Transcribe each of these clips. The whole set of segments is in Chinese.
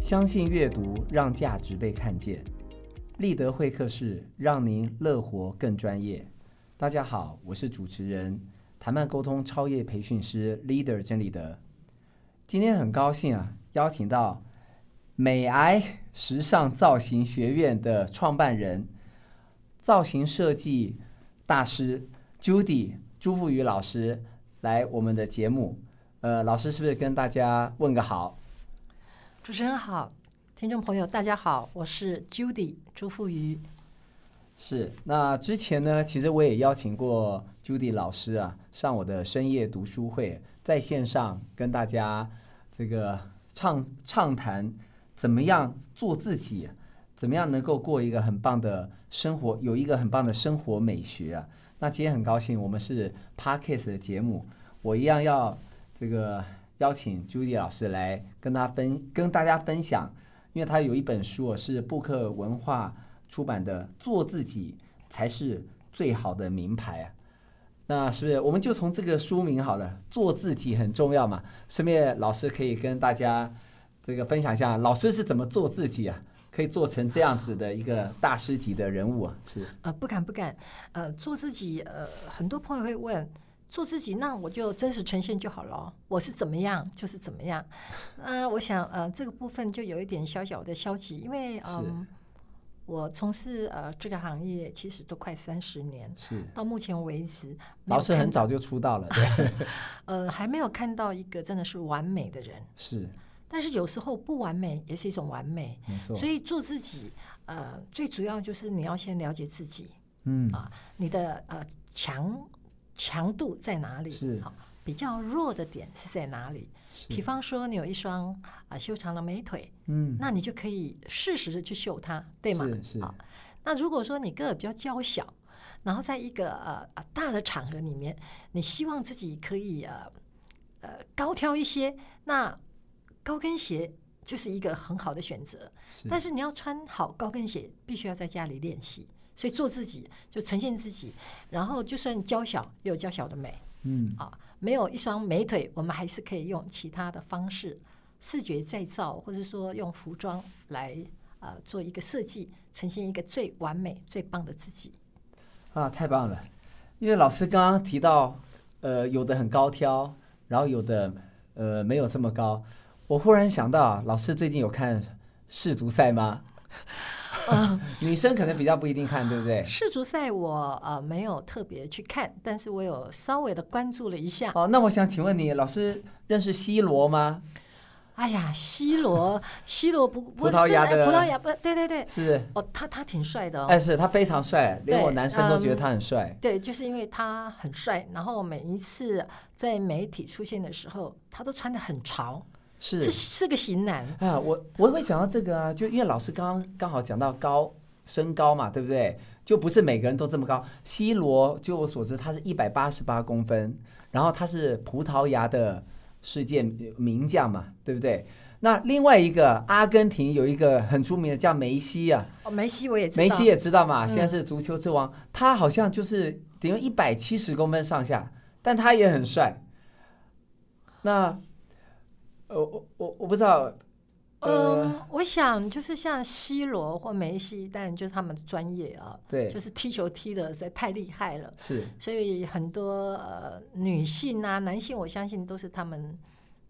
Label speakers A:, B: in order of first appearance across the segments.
A: 相信阅读，让价值被看见。立德会客室让您乐活更专业。大家好，我是主持人、谈判沟通超业培训师 Leader 真理德。今天很高兴啊，邀请到美癌时尚造型学院的创办人、造型设计大师 Judy 朱富宇老师来我们的节目。呃，老师是不是跟大家问个好？
B: 主持人好，听众朋友大家好，我是 Judy 朱富瑜。
A: 是，那之前呢，其实我也邀请过 Judy 老师啊，上我的深夜读书会，在线上跟大家这个畅畅谈怎么样做自己，怎么样能够过一个很棒的生活，有一个很棒的生活美学啊。那今天很高兴，我们是 Parkes 的节目，我一样要这个邀请 Judy 老师来跟他分跟大家分享，因为他有一本书啊，是布克文化。出版的《做自己才是最好的名牌》啊，那是不是我们就从这个书名好了？做自己很重要嘛。顺便老师可以跟大家这个分享一下，老师是怎么做自己啊，可以做成这样子的一个大师级的人物啊？是
B: 呃，不敢不敢，呃，做自己，呃，很多朋友会问，做自己，那我就真实呈现就好了，我是怎么样就是怎么样。呃，我想，呃，这个部分就有一点小小的消极，因为，嗯、
A: 是
B: 我从事呃这个行业其实都快三十年，
A: 是，
B: 到目前为止，没有
A: 老师很
B: 看
A: 早就出道了，对，
B: 呃还没有看到一个真的是完美的人。
A: 是
B: 但是有时候不完美也是一种完美，
A: 没错，
B: 所以做自己，呃，最主要就是你要先了解自己
A: 嗯，
B: 啊，你的呃强强度在哪里？
A: 是
B: 好比较弱的点是在哪里？比
A: 是，
B: 方说你有一双啊、修长的美腿，
A: 嗯，
B: 那你就可以适时的去秀它，对吗？
A: 是是
B: 好那如果说你个儿比较娇小，然后在一个呃呃大的场合里面，你希望自己可以呃呃高挑一些，那高跟鞋就是一个很好的选择。
A: 是
B: 但是你要穿好高跟鞋，必须要在家里练习。所以做自己，就呈现自己，然后就算娇小，也有娇小的美
A: 嗯，
B: 啊。没有一双美腿，我们还是可以用其他的方式，视觉再造，或者说用服装来呃做一个设计，呈现一个最完美、最棒的自己。
A: 啊，太棒了！因为老师刚刚提到，呃，有的很高挑，然后有的呃没有这么高。我忽然想到啊，老师最近有看世足赛吗？
B: 嗯
A: 女生可能比较不一定看，对不对？
B: 世足赛我呃没有特别去看，但是我有稍微的关注了一下。
A: 哦，那我想请问你，老师认识 C 罗吗？
B: 哎呀，C 罗，C 罗不不
A: 葡萄牙
B: 是哎
A: 的
B: 葡萄牙不对对对，
A: 是，
B: 哦，他他挺帅的哦。
A: 哎，是他非常帅，连
B: 对
A: 我男生都觉得
B: 嗯
A: 他很帅。
B: 对，就是因为他很帅，然后每一次在媒体出现的时候，他都穿的很潮，
A: 是
B: 是是个型男。
A: 啊，我我会讲到这个啊，就因为老师刚刚刚好讲到高身高嘛，对不对？就不是每个人都这么高。C 罗，据我所知，他是一百八十八公分，然后他是葡萄牙的世界名将嘛，对不对？那另外一个，阿根廷有一个很出名的叫梅西啊，
B: 哦，梅西我也知道，
A: 梅西也知道嘛，
B: 嗯
A: 现在是足球之王，他好像就是顶于一百七十公分上下，但他也很帅。那，呃，我我我不知道，呃，
B: 嗯，我想就是像 C 罗或梅西，当然就是他们的专业啊，
A: 对，
B: 就是踢球踢的实在太厉害了，
A: 是
B: 所以很多呃女性啊、男性，我相信都是他们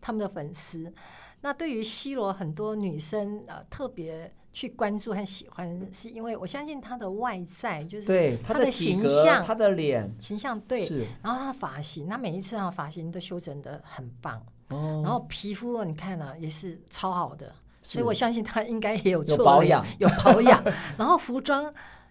B: 他们的粉丝。那对于 C 罗，很多女生呃特别去关注和喜欢，是因为我相信他的外在就是
A: 对
B: 他
A: 的
B: 的
A: 体
B: 形
A: 格、
B: 象
A: 他的脸，
B: 形象对，
A: 是
B: 然后他的发型，他每一次啊发型都修整的很棒，
A: 哦，
B: 然后皮肤啊你看啊也是超好的，所以
A: 是
B: 我相信他应该也有
A: 有
B: 做
A: 保
B: 了
A: 养，
B: 有保养， 然后服装，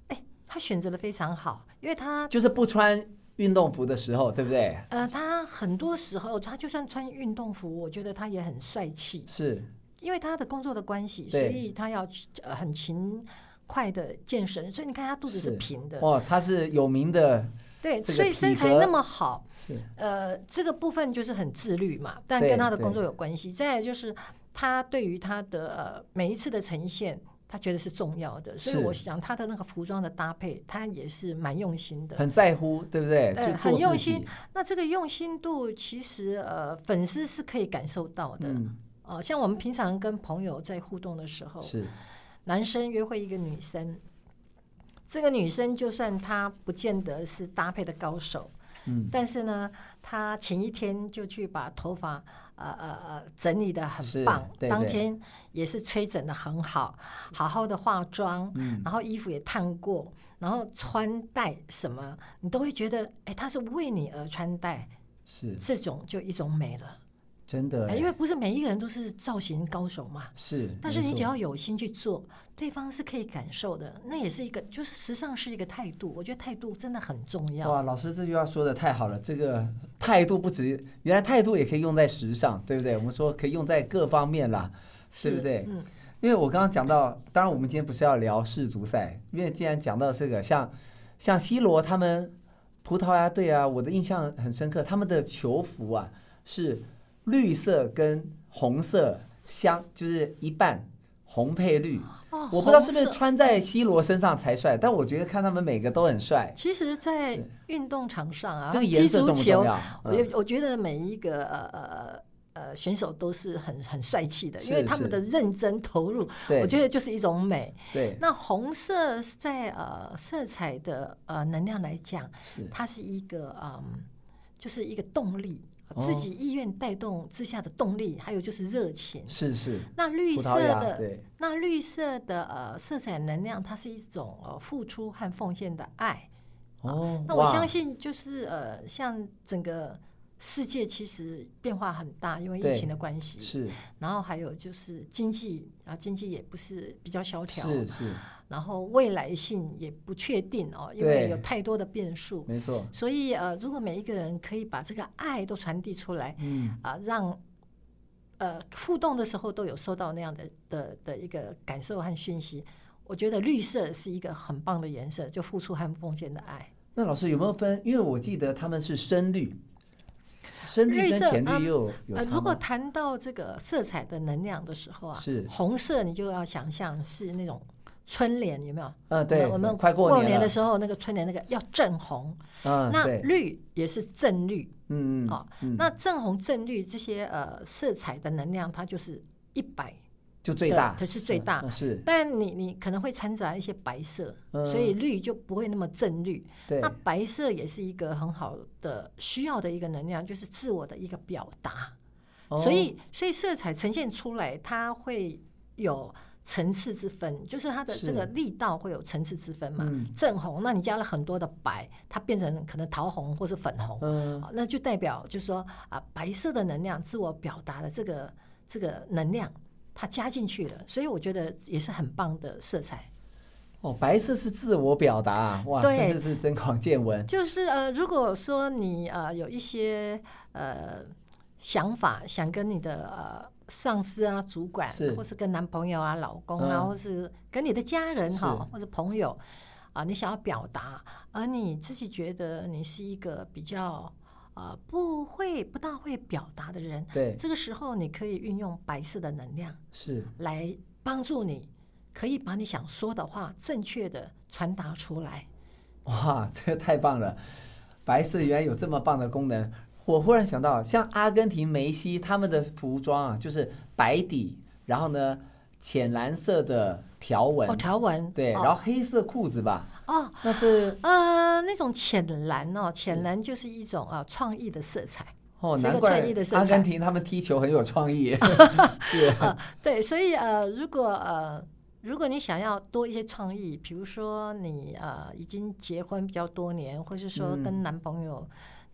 B: 哎，他选择的非常好，因为他
A: 就是不穿运动服的时候，对不对？
B: 呃，他很多时候他就算穿运动服，我觉得他也很帅气，
A: 是
B: 因为他的工作的关系，所
A: 对
B: 以他要呃很勤快的健身，所以你看他肚子是
A: 是
B: 平的，
A: 哦，他是有名的，
B: 对，
A: 这个
B: 所以
A: 体
B: 身材
A: 格
B: 那么好，
A: 是
B: 呃，这个部分就是很自律嘛，但
A: 对
B: 跟他的
A: 对
B: 工作有关系。再来就是他对于他的、呃、每一次的呈现。他觉得是重要的，所以
A: 是
B: 我想他的那个服装的搭配，他也是蛮用心的。
A: 很在乎，对不对？
B: 呃
A: 就
B: 很
A: 做
B: 用
A: 自
B: 心
A: 己，
B: 那这个用心度，其实呃，粉丝是可以感受到的。
A: 嗯，
B: 啊、哦，像我们平常跟朋友在互动的时候，
A: 是
B: 男生约会一个女生，这个女生就算她不见得是搭配的高手，
A: 嗯，
B: 但是呢，她前一天就去把头发呃呃呃整理的
A: 是
B: 很棒，
A: 对
B: 当
A: 对
B: 天也是吹整的很好，好好的化妆，
A: 嗯，
B: 然后衣服也烫过，然后穿戴什么，你都会觉得，哎，她是为你而穿戴，
A: 是
B: 这种就一种美了，
A: 真的
B: 哎
A: 欸，
B: 因为不是每一个人都是造型高手嘛。
A: 是，
B: 但是
A: 没
B: 你只
A: 错
B: 要有心去做，对方是可以感受的。那也是一个，就是时尚是一个态度，我觉得态度真的很重要。
A: 哇，老师这句话说的太好了，这个态度不止，原来态度也可以用在时尚，对不对？我们说可以用在各方面啦，对不对？
B: 嗯，
A: 因为我刚刚讲到，当然我们今天不是要聊世足赛，因为既然讲到这个，像像 C 罗他们葡萄牙队啊，我的印象很深刻，他们的球服啊是绿色跟红色相，就是一半红配绿。
B: 哦，
A: 我不知道
B: 红
A: 是不是
B: 色
A: 穿在 C 罗身上才帅，但我觉得看他们每个都很帅。
B: 其实，在运动场上啊，
A: 这个
B: 踢
A: 颜色
B: 足
A: 重不重
B: 球，
A: 要？
B: 我
A: 嗯
B: 觉我觉得每一个呃呃呃选手都是很很帅气的，因为
A: 是
B: 他们
A: 是
B: 的认真投入，
A: 对，
B: 我觉得就是一种美。
A: 对
B: 那红色是在呃色彩的呃能量来讲，
A: 是
B: 它是一个嗯，就是一个动力，
A: 哦
B: 自己意愿带动之下的动力，还有就是热情。
A: 是是，
B: 那绿
A: 葡
B: 色
A: 萄牙
B: 的
A: 对
B: 那绿色的呃色彩能量，它是一种呃付出和奉献的爱。
A: 哦，
B: 啊那我
A: 哇
B: 相信就是呃，像整个世界其实变化很大，因为
A: 对
B: 疫情的关系，
A: 是
B: 然后还有就是经济啊，经济也不是比较萧条，
A: 是是，
B: 然后未来性也不确定哦，因为
A: 对
B: 有太多的变数。
A: 没错，
B: 所以呃，如果每一个人可以把这个爱都传递出来
A: 嗯，
B: 啊、让呃互动的时候都有收到那样的的的一个感受和讯息，我觉得绿色是一个很棒的颜色，就付出和奉献的爱。
A: 那老师有没有分？因为我记得他们是深绿，深绿
B: 绿
A: 跟
B: 色
A: 浅绿
B: 嗯
A: 又有有
B: 呃，
A: 差
B: 如果
A: 吗？
B: 谈到这个色彩的能量的时候啊，
A: 是
B: 红色，你就要想象是那种春联，有没有？
A: 嗯，对，
B: 我们
A: 快
B: 过
A: 年
B: 的
A: 了，
B: 时候，那个春联那个要正红，
A: 嗯，
B: 那
A: 对，
B: 绿也是正绿，
A: 嗯嗯，
B: 哦那正红、正绿这些呃色彩的能量，它就是一百，
A: 就最
B: 的
A: 大，
B: 它是最大
A: 嗯是，
B: 但你你可能会掺杂一些白色，
A: 嗯
B: 所以绿就不会那么正绿。
A: 对
B: 那，白色也是一个很好的呃需要的一个能量，就是自我的一个表达。
A: 哦
B: 所以所以色彩呈现出来，它会有层次之分，就是它的
A: 是
B: 这个力道会有层次之分嘛。
A: 嗯
B: 正红，那你加了很多的白，它变成可能桃红或是粉红。
A: 嗯，
B: 好那就代表就是说啊，白色的能量，自我表达的这个这个能量，它加进去了，所以我觉得也是很棒的色彩。
A: 哦，白色是自我表达啊，哇，
B: 对
A: 真的是增广见闻，
B: 就是呃，如果说你呃有一些呃想法，想跟你的呃上司啊、主管，
A: 是
B: 或是跟男朋友啊、老公啊，
A: 嗯
B: 或是跟你的家人哈
A: 是，
B: 或者朋友啊、你想要表达，而你自己觉得你是一个比较呃不会、不大会表达的人，
A: 对，
B: 这个时候，你可以运用白色的能量
A: 是，
B: 来帮助你，可以把你想说的话正确的传达出来。
A: 哇，这个太棒了！白色原来有这么棒的功能。我忽然想到，像阿根廷梅西他们的服装啊，就是白底，然后呢浅蓝色的条纹，
B: 哦，条纹
A: 对，
B: 哦
A: 然后黑色裤子吧。
B: 哦，
A: 那这
B: 呃，那种浅蓝哦，浅蓝就是一种啊创意的色彩。
A: 哦，
B: 是一个
A: 难怪
B: 创意的色彩
A: 阿根廷他们踢球很有创 意，是
B: 对，所以呃，如果呃。如果你想要多一些创意，比如说你呃已经结婚比较多年，或是说
A: 嗯
B: 跟男朋友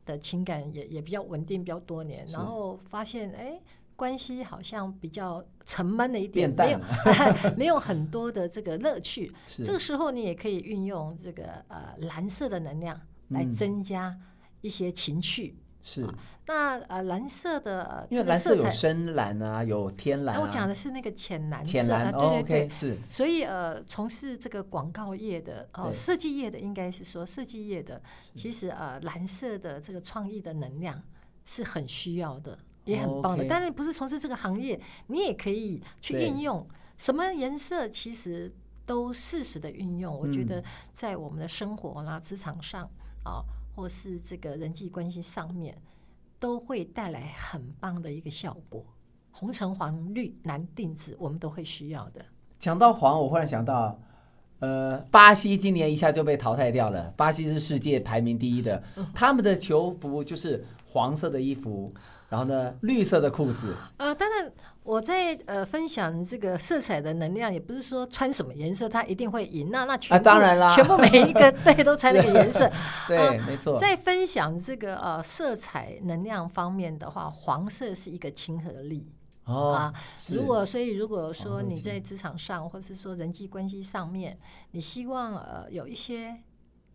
B: 的情感也也比较稳定比较多年，
A: 是
B: 然后发现哎关系好像比较沉闷了一点，
A: 变
B: 没有
A: 淡了，
B: 没有很多的这个乐趣。这
A: 是
B: 个时候你也可以运用这个呃蓝色的能量来
A: 嗯
B: 增加一些情趣。
A: 是，
B: 那呃蓝色的、呃、
A: 因
B: 这
A: 为
B: 个
A: 蓝色
B: 色
A: 有
B: 彩，
A: 深蓝啊，有天蓝
B: 哎那我讲
A: 啊，
B: 的是那个浅蓝色，
A: 浅蓝
B: 啊、对对
A: 哦
B: 对。
A: ，OK，是
B: 所以呃，从事这个广告业的哦，
A: 对
B: 设计业的应该是说设计业的，其实呃蓝色的这个创意的能量是很需要的，也很棒的。
A: 哦 OK
B: 当然不是从事这个行业，你也可以去
A: 对
B: 运用什么颜色，其实都适时的运用。我觉
A: 嗯
B: 得在我们的生活啦、职场上啊、或是这个人际关系上面，都会带来很棒的一个效果。红橙黄绿蓝靛紫，我们都会需要的。
A: 讲到黄，我忽然想到，呃，巴西今年一下就被淘汰掉了。巴西是世界排名第一的，他们的球服就是黄色的衣服，然后呢，绿色的裤子。
B: 呃，当然我在呃分享这个色彩的能量，也不是说穿什么颜色它一定会赢，那那全部、
A: 啊当然啦
B: 全部每一个队都穿那 个颜色。
A: 对，没错，
B: 哦在分享这个呃色彩能量方面的话，黄色是一个亲和力。
A: 哦
B: 啊，
A: 是哦
B: 如果所以如果说
A: 黄色
B: 你
A: 系
B: 在职场上，或是说人际关系上面，你希望呃有一些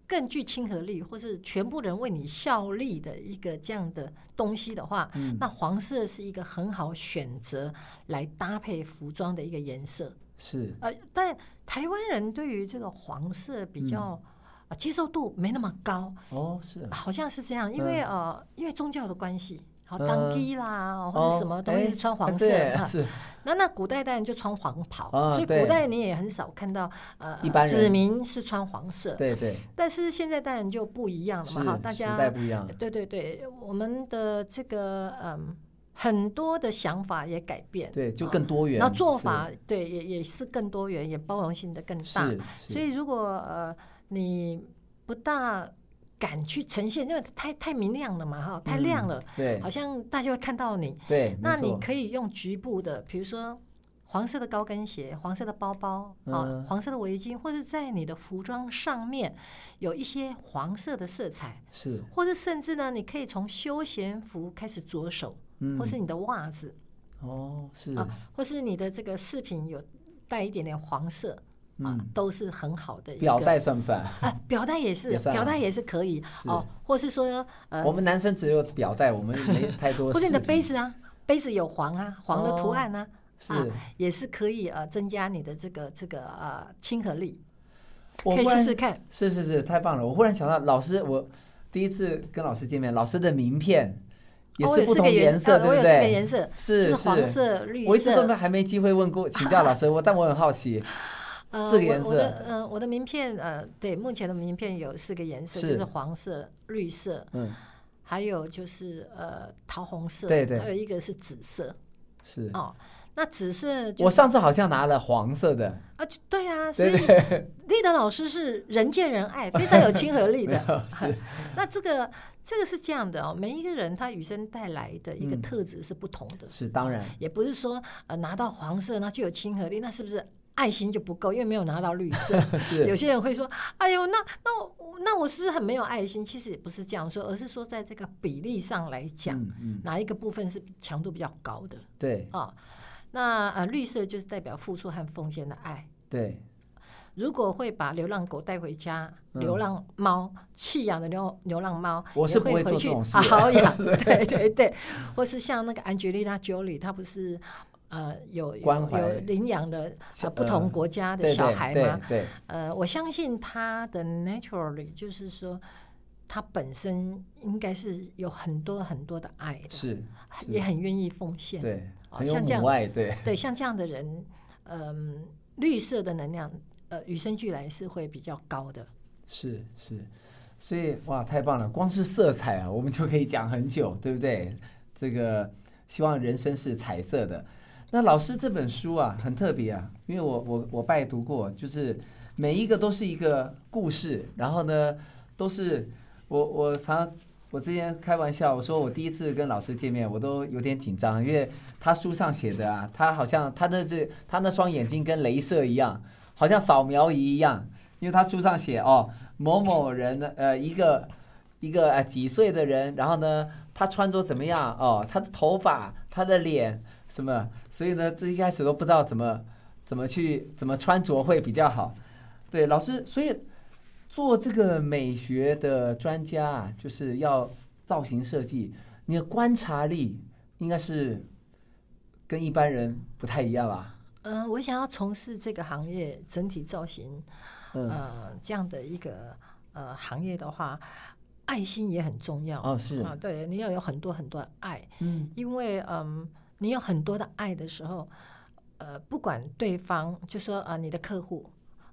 B: 更具亲和力，或是全部人为你效力的一个这样的东西的话，
A: 嗯
B: 那黄色是一个很好选择来搭配服装的一个颜色。
A: 是
B: 呃，但台湾人对于这个黄色比较、
A: 嗯
B: 呃接受度没那么高，
A: 哦，是
B: 好像是这样，因为、呃，因为宗教的关系，好当
A: 嗯
B: 机啦、或者什么东西
A: 哎
B: 哦是穿
A: 啊
B: 黄色
A: 对
B: 的。
A: 是
B: 那那古代当然就穿黄袍，
A: 啊
B: 所以
A: 对
B: 古代你也很少看到呃
A: 一般人
B: 子民是穿黄色，
A: 对对
B: 但是现在当然就不一样了
A: 是
B: 嘛，哈，大
A: 时代
B: 家
A: 不一样，
B: 对对对，我们的这个嗯很多的想法也改变，
A: 对就
B: 啊
A: 更多元，
B: 然后做法对也也是更多元，也包容性的更
A: 是
B: 大，
A: 是，
B: 所以如果呃你不大敢去呈现，因为太太明亮了嘛哈，太亮了，
A: 嗯对
B: 好像大家会看到你。
A: 对，没
B: 那你
A: 错
B: 可以用局部的，比如说黄色的高跟鞋、黄色的包包啊、
A: 嗯
B: 黄色的围巾，或者在你的服装上面有一些黄色的色彩，
A: 是
B: 或者甚至呢，你可以从休闲服开始着手，
A: 嗯
B: 或是你的袜子
A: 哦是
B: 啊，或是你的这个饰品有带一点点黄色。啊，都是很好的一
A: 嗯
B: 个
A: 表带算不算？
B: 啊， 表带也是，
A: 也算啊
B: 表带也是可以
A: 是
B: 哦，或是说呃
A: 我，们男生只有表带，我们没太多饰品。
B: 或是你的杯子啊，杯子有黄啊，黄的图案啊，
A: 是
B: 啊，也是可以呃增加你的这个这个呃亲和力，
A: 我
B: 可以
A: 忽然
B: 试试看。
A: 是是是，太棒了！我忽然想到，老师，我第一次跟老师见面，老师的名片也
B: 哦我
A: 是
B: 有
A: 不
B: 四
A: 同
B: 个
A: 颜色，
B: 呃我
A: 对
B: 有
A: 不
B: 四个
A: 对？
B: 颜色，就是黄色、绿
A: 我一直都
B: 色。
A: 没还没机会问过请教老师，我但我很好奇，
B: 呃，
A: 四个颜
B: 我我
A: 色，
B: 的呃，我的名片呃，对，目前的名片有四个颜色，
A: 是
B: 就是黄色、绿色，
A: 嗯，
B: 还有就是呃桃红色，
A: 对对
B: 还有一个是紫色
A: 是
B: 哦。那紫色就
A: 我上次好像拿了黄色的，
B: 啊，就对啊，所以
A: 对对，
B: 立德老师是人见人爱，非常有亲和力
A: 没有
B: 的。啊那这个这个是这样的哦，每一个人他与生带来的一个
A: 嗯
B: 特质是不同的，
A: 是当然，
B: 也不是说呃拿到黄色那就有亲和力，那是不是爱心就不够？因为没有拿到绿色，有
A: 是
B: 些人会说，哎呦，那那我那我是不是很没有爱心？其实也不是这样说，而是说在这个比例上来讲，
A: 嗯嗯，
B: 哪一个部分是强度比较高的
A: 对
B: 啊、那呃，绿色就是代表付出和奉献的爱。
A: 对
B: 如果会把流浪狗带回家，
A: 嗯
B: 流浪猫弃养的流流浪猫，
A: 我是
B: 也
A: 不会做
B: 会回去
A: 这种事
B: 好好 养。 对对对，或是像那个 Angelina Jolie，她不是呃有有
A: 关怀
B: 有领养的、
A: 小
B: 呃、不同国家的
A: 对
B: 小
A: 对
B: 孩
A: 对
B: 吗？
A: 对，
B: 呃，我相信她的 naturally 就是说，她本身应该是有很多很多的爱的，
A: 是，是
B: 也很愿意奉献。
A: 对，
B: 啊
A: 很有
B: 像这样
A: 母爱，对，
B: 对，像这样的人，嗯、绿色的能量，呃，与生俱来是会比较高的。
A: 是是，所以哇，太棒了！光是色彩啊，我们就可以讲很久，对不对？这个希望人生是彩色的。那老师这本书啊，很特别啊，因为我我我拜读过，就是每一个都是一个故事，然后呢，都是我我常我之前开玩笑，我说我第一次跟老师见面，我都有点紧张，因为他书上写的啊，他好像他那只他那双眼睛跟镭射一样，好像扫描仪一样，因为他书上写哦某某人呃一个一个呃几岁的人，然后呢他穿着怎么样哦，他的头发他的脸什么，所以呢这一开始都不知道怎么怎么去怎么穿着会比较好，对老师，所以做这个美学的专家啊，就是要造型设计，你的观察力应该是跟一般人不太一样吧？
B: 嗯、我想要从事这个行业整体造型，
A: 嗯，
B: 呃，这样的一个呃行业的话，爱心也很重要
A: 哦是，
B: 啊。对，你要有很多很多的爱，
A: 嗯，
B: 因为嗯，你有很多的爱的时候，呃，不管对方就说啊、你的客户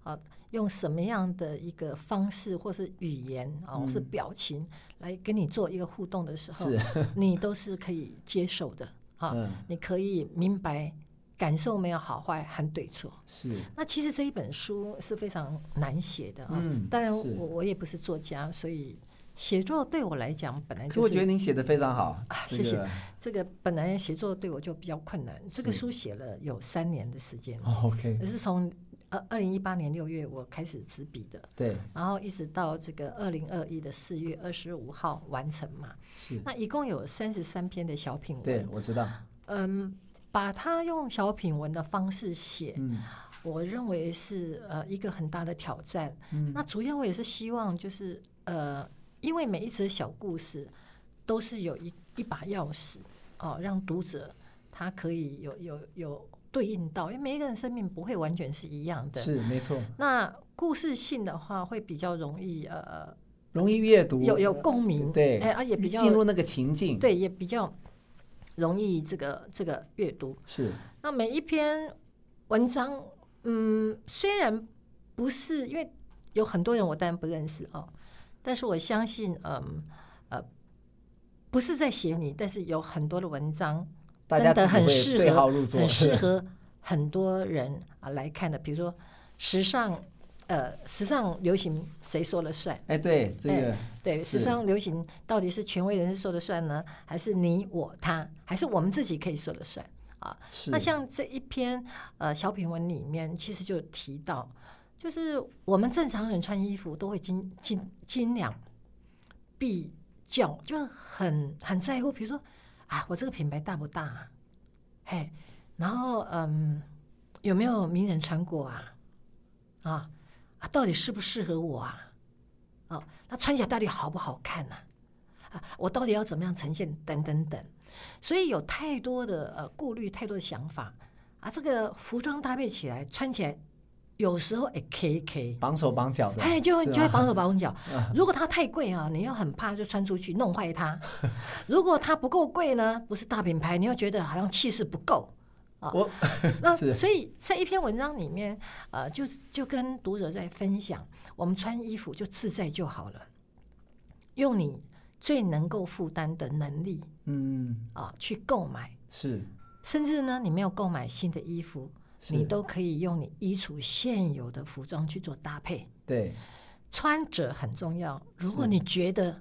B: 啊、用什么样的一个方式或是语言啊、或是
A: 嗯
B: 表情来跟你做一个互动的时候，
A: 是
B: 你都是可以接受的。啊哈，
A: 嗯，
B: 你可以明白感受没有好坏和对错。
A: 是，
B: 那其实这一本书是非常难写的啊、
A: 嗯
B: 当然
A: 是
B: 我我也不是作家，所以写作对我来讲本来
A: 可
B: 就
A: 我觉得
B: 是
A: 您写的非常好，
B: 啊
A: 这
B: 谢谢
A: 个
B: 这个本来写作对我就比较困难。这个
A: 是
B: 书写了有三年的时间，
A: 哦 OK，
B: 而是从呃二零一八年六月我开始执笔的，
A: 对，
B: 然后一直到这个二零二一的四月二十五号完成嘛。
A: 是，
B: 那一共有三十三篇的小品文，
A: 对，我知道，
B: 嗯，把它用小品文的方式写，
A: 嗯
B: 我认为是呃一个很大的挑战。
A: 嗯
B: 那主要我也是希望就是呃，因为每一则小故事都是有一一把钥匙哦，让读者他可以有有有对应到，因为每一个人生命不会完全是一样的。
A: 是没错，
B: 那故事性的话，会比较容易呃
A: 容易阅读，
B: 有有共鸣，
A: 对
B: 哎、而且比较
A: 进入那个情境，
B: 对也比较容易这个这个阅读。
A: 是，
B: 那每一篇文章，嗯，虽然不是因为有很多人我当然不认识哦，但是我相信，嗯呃，不是在写你，但是有很多的文章
A: 大家
B: 真的
A: 自己
B: 很
A: 会
B: 适
A: 对
B: 合
A: 号入座，
B: 很适
A: 是
B: 合很多人啊来看的，比如说时尚，呃，时尚流行谁说了算？
A: 哎，对，这个
B: 对，
A: 是
B: 时尚流行到底是权威人士说了算呢，还是你我他，还是我们自己可以说了算啊？
A: 是
B: 那像这一篇呃小品文里面，其实就提到，就是我们正常人穿衣服都会斤斤斤两比较，就是很很在乎，比如说啊，我这个品牌大不大、啊？嘿，然后嗯，有没有名人穿过啊？啊啊，到底适不适合我啊？哦，那穿起来到底好不好看呢、啊？我到底要怎么样呈现？等等等。所以有太多的呃顾虑，太多的想法啊。这个服装搭配起来，穿起来有时候也 K K，
A: 绑手绑脚的，
B: 哎，就会
A: 是啊
B: 就会
A: 吧
B: 绑手 绑脚。如果它太贵啊，你又很怕就穿出去弄 坏它；如果它不够贵呢，不是大品牌，你又觉得好像气势不够。啊
A: 我
B: 那
A: 是
B: 所以在一篇文章里面，呃，就就跟读者在分享，我们穿衣服就自在就好了，用你最能够负担的能力
A: 嗯
B: 啊、去购买，
A: 是，
B: 甚至呢，你没有购买新的衣服，
A: 是
B: 你都可以用你衣橱现有的服装去做搭配。
A: 对，
B: 穿着很重要，如果你觉得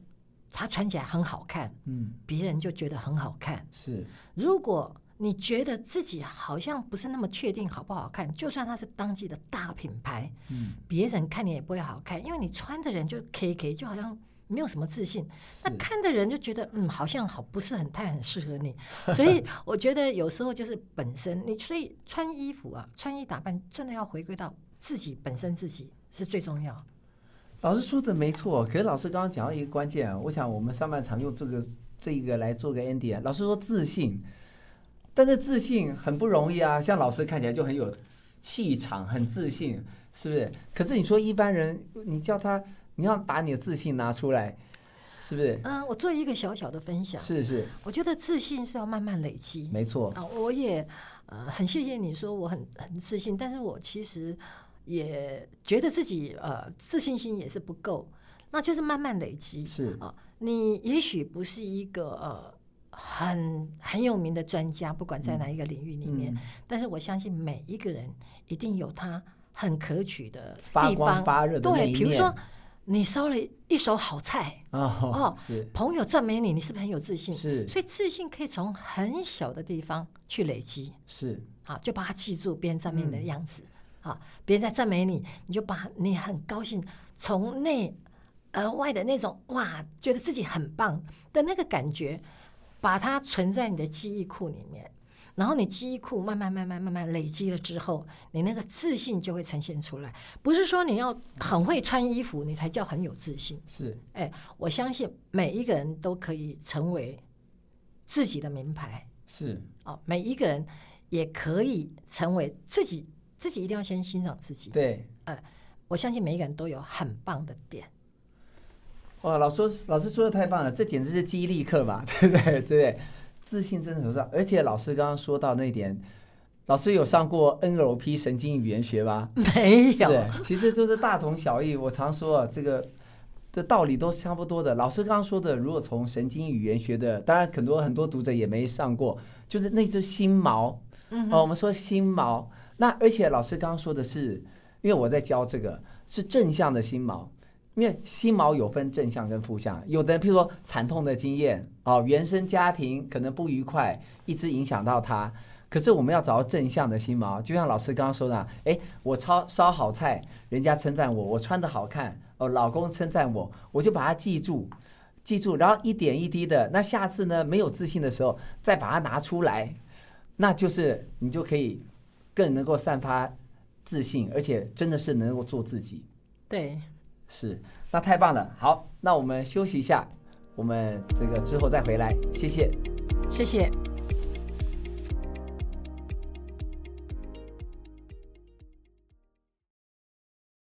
B: 它穿起来很好看，
A: 嗯
B: 别人就觉得很好看。
A: 是
B: 如果你觉得自己好像不是那么确定好不好看，就算它是当季的大品牌，
A: 嗯
B: 别人看你也不会好看，因为你穿的人就 K K，就好像没有什么自信。那
A: 是
B: 看的人就觉得，嗯，好像好不是很太很适合你。所以我觉得有时候就是本身你，所以穿衣服啊，穿衣打扮真的要回归到自己本身自己是最重要。
A: 老师说的没错，可是老师刚刚讲到一个关键啊，我想我们上半场用这个这一个来做个 ending 啊。老师说自信，但是自信很不容易啊，像老师看起来就很有气场，很自信，是不是？可是你说一般人，你叫他，你要把你的自信拿出来，是不是？
B: 嗯，我做一个小小的分享，
A: 是是，
B: 我觉得自信是要慢慢累积。
A: 没错，
B: 啊，我也呃很谢谢你说我很很自信，但是我其实也觉得自己呃自信心也是不够，那就是慢慢累积
A: 是
B: 啊。你也许不是一个呃很很有名的专家，不管在哪一个领域里面，
A: 嗯，
B: 但是我相信每一个人一定有他很可取的
A: 发
B: 地
A: 光
B: 方。
A: 发热的那
B: 对，
A: 一
B: 比如
A: 面
B: 说你烧了一手好菜，
A: 哦
B: 哦，
A: 是
B: 朋友赞美你，你是不是很有自信？
A: 是
B: 所以自信可以从很小的地方去累积，
A: 是，
B: 啊，就把它记住别人赞美你的样子，啊，别人在赞美你，你就把你很高兴，从内而外的那种哇，觉得自己很棒的那个感觉，把它存在你的记忆库里面，然后你记忆库慢慢慢慢慢慢累积了之后，你那个自信就会呈现出来。不是说你要很会穿衣服，你才叫很有自信。
A: 是
B: 哎，我相信每一个人都可以成为自己的名牌
A: 是
B: 啊、每一个人也可以成为自己。自己一定要先欣赏自己，
A: 对。
B: 我相信每一个人都有很棒的点。
A: 哇，老师老师说的太棒了，这简直是激励课嘛， 对不对？对不对？自信真的很重要，而且老师刚刚说到那一点，老师有上过 NLP 神经语言学吧？
B: 没有，
A: 对，其实就是大同小异。我常说啊，这个的道理都差不多的。老师刚刚说的，如果从神经语言学的，当然很多很多读者也没上过，就是那只心毛，
B: 嗯
A: 哦，我们说心毛。那而且老师刚刚说的是，因为我在教这个是正向的心毛，因为心毛有分正向跟负向，有的人譬如说惨痛的经验哦，原生家庭可能不愉快，一直影响到他。可是我们要找到正向的心毛，就像老师刚刚说的啊，哎，我烧烧好菜，人家称赞我，我穿的好看，哦，老公称赞我，我就把它记住，记住，然后一点一滴的，那下次呢没有自信的时候，再把它拿出来，那就是你就可以更能够散发自信，而且真的是能够做自己。
B: 对，
A: 是，那太棒了。好，那我们休息一下，我们这个之后再回来，谢谢。
B: 谢谢。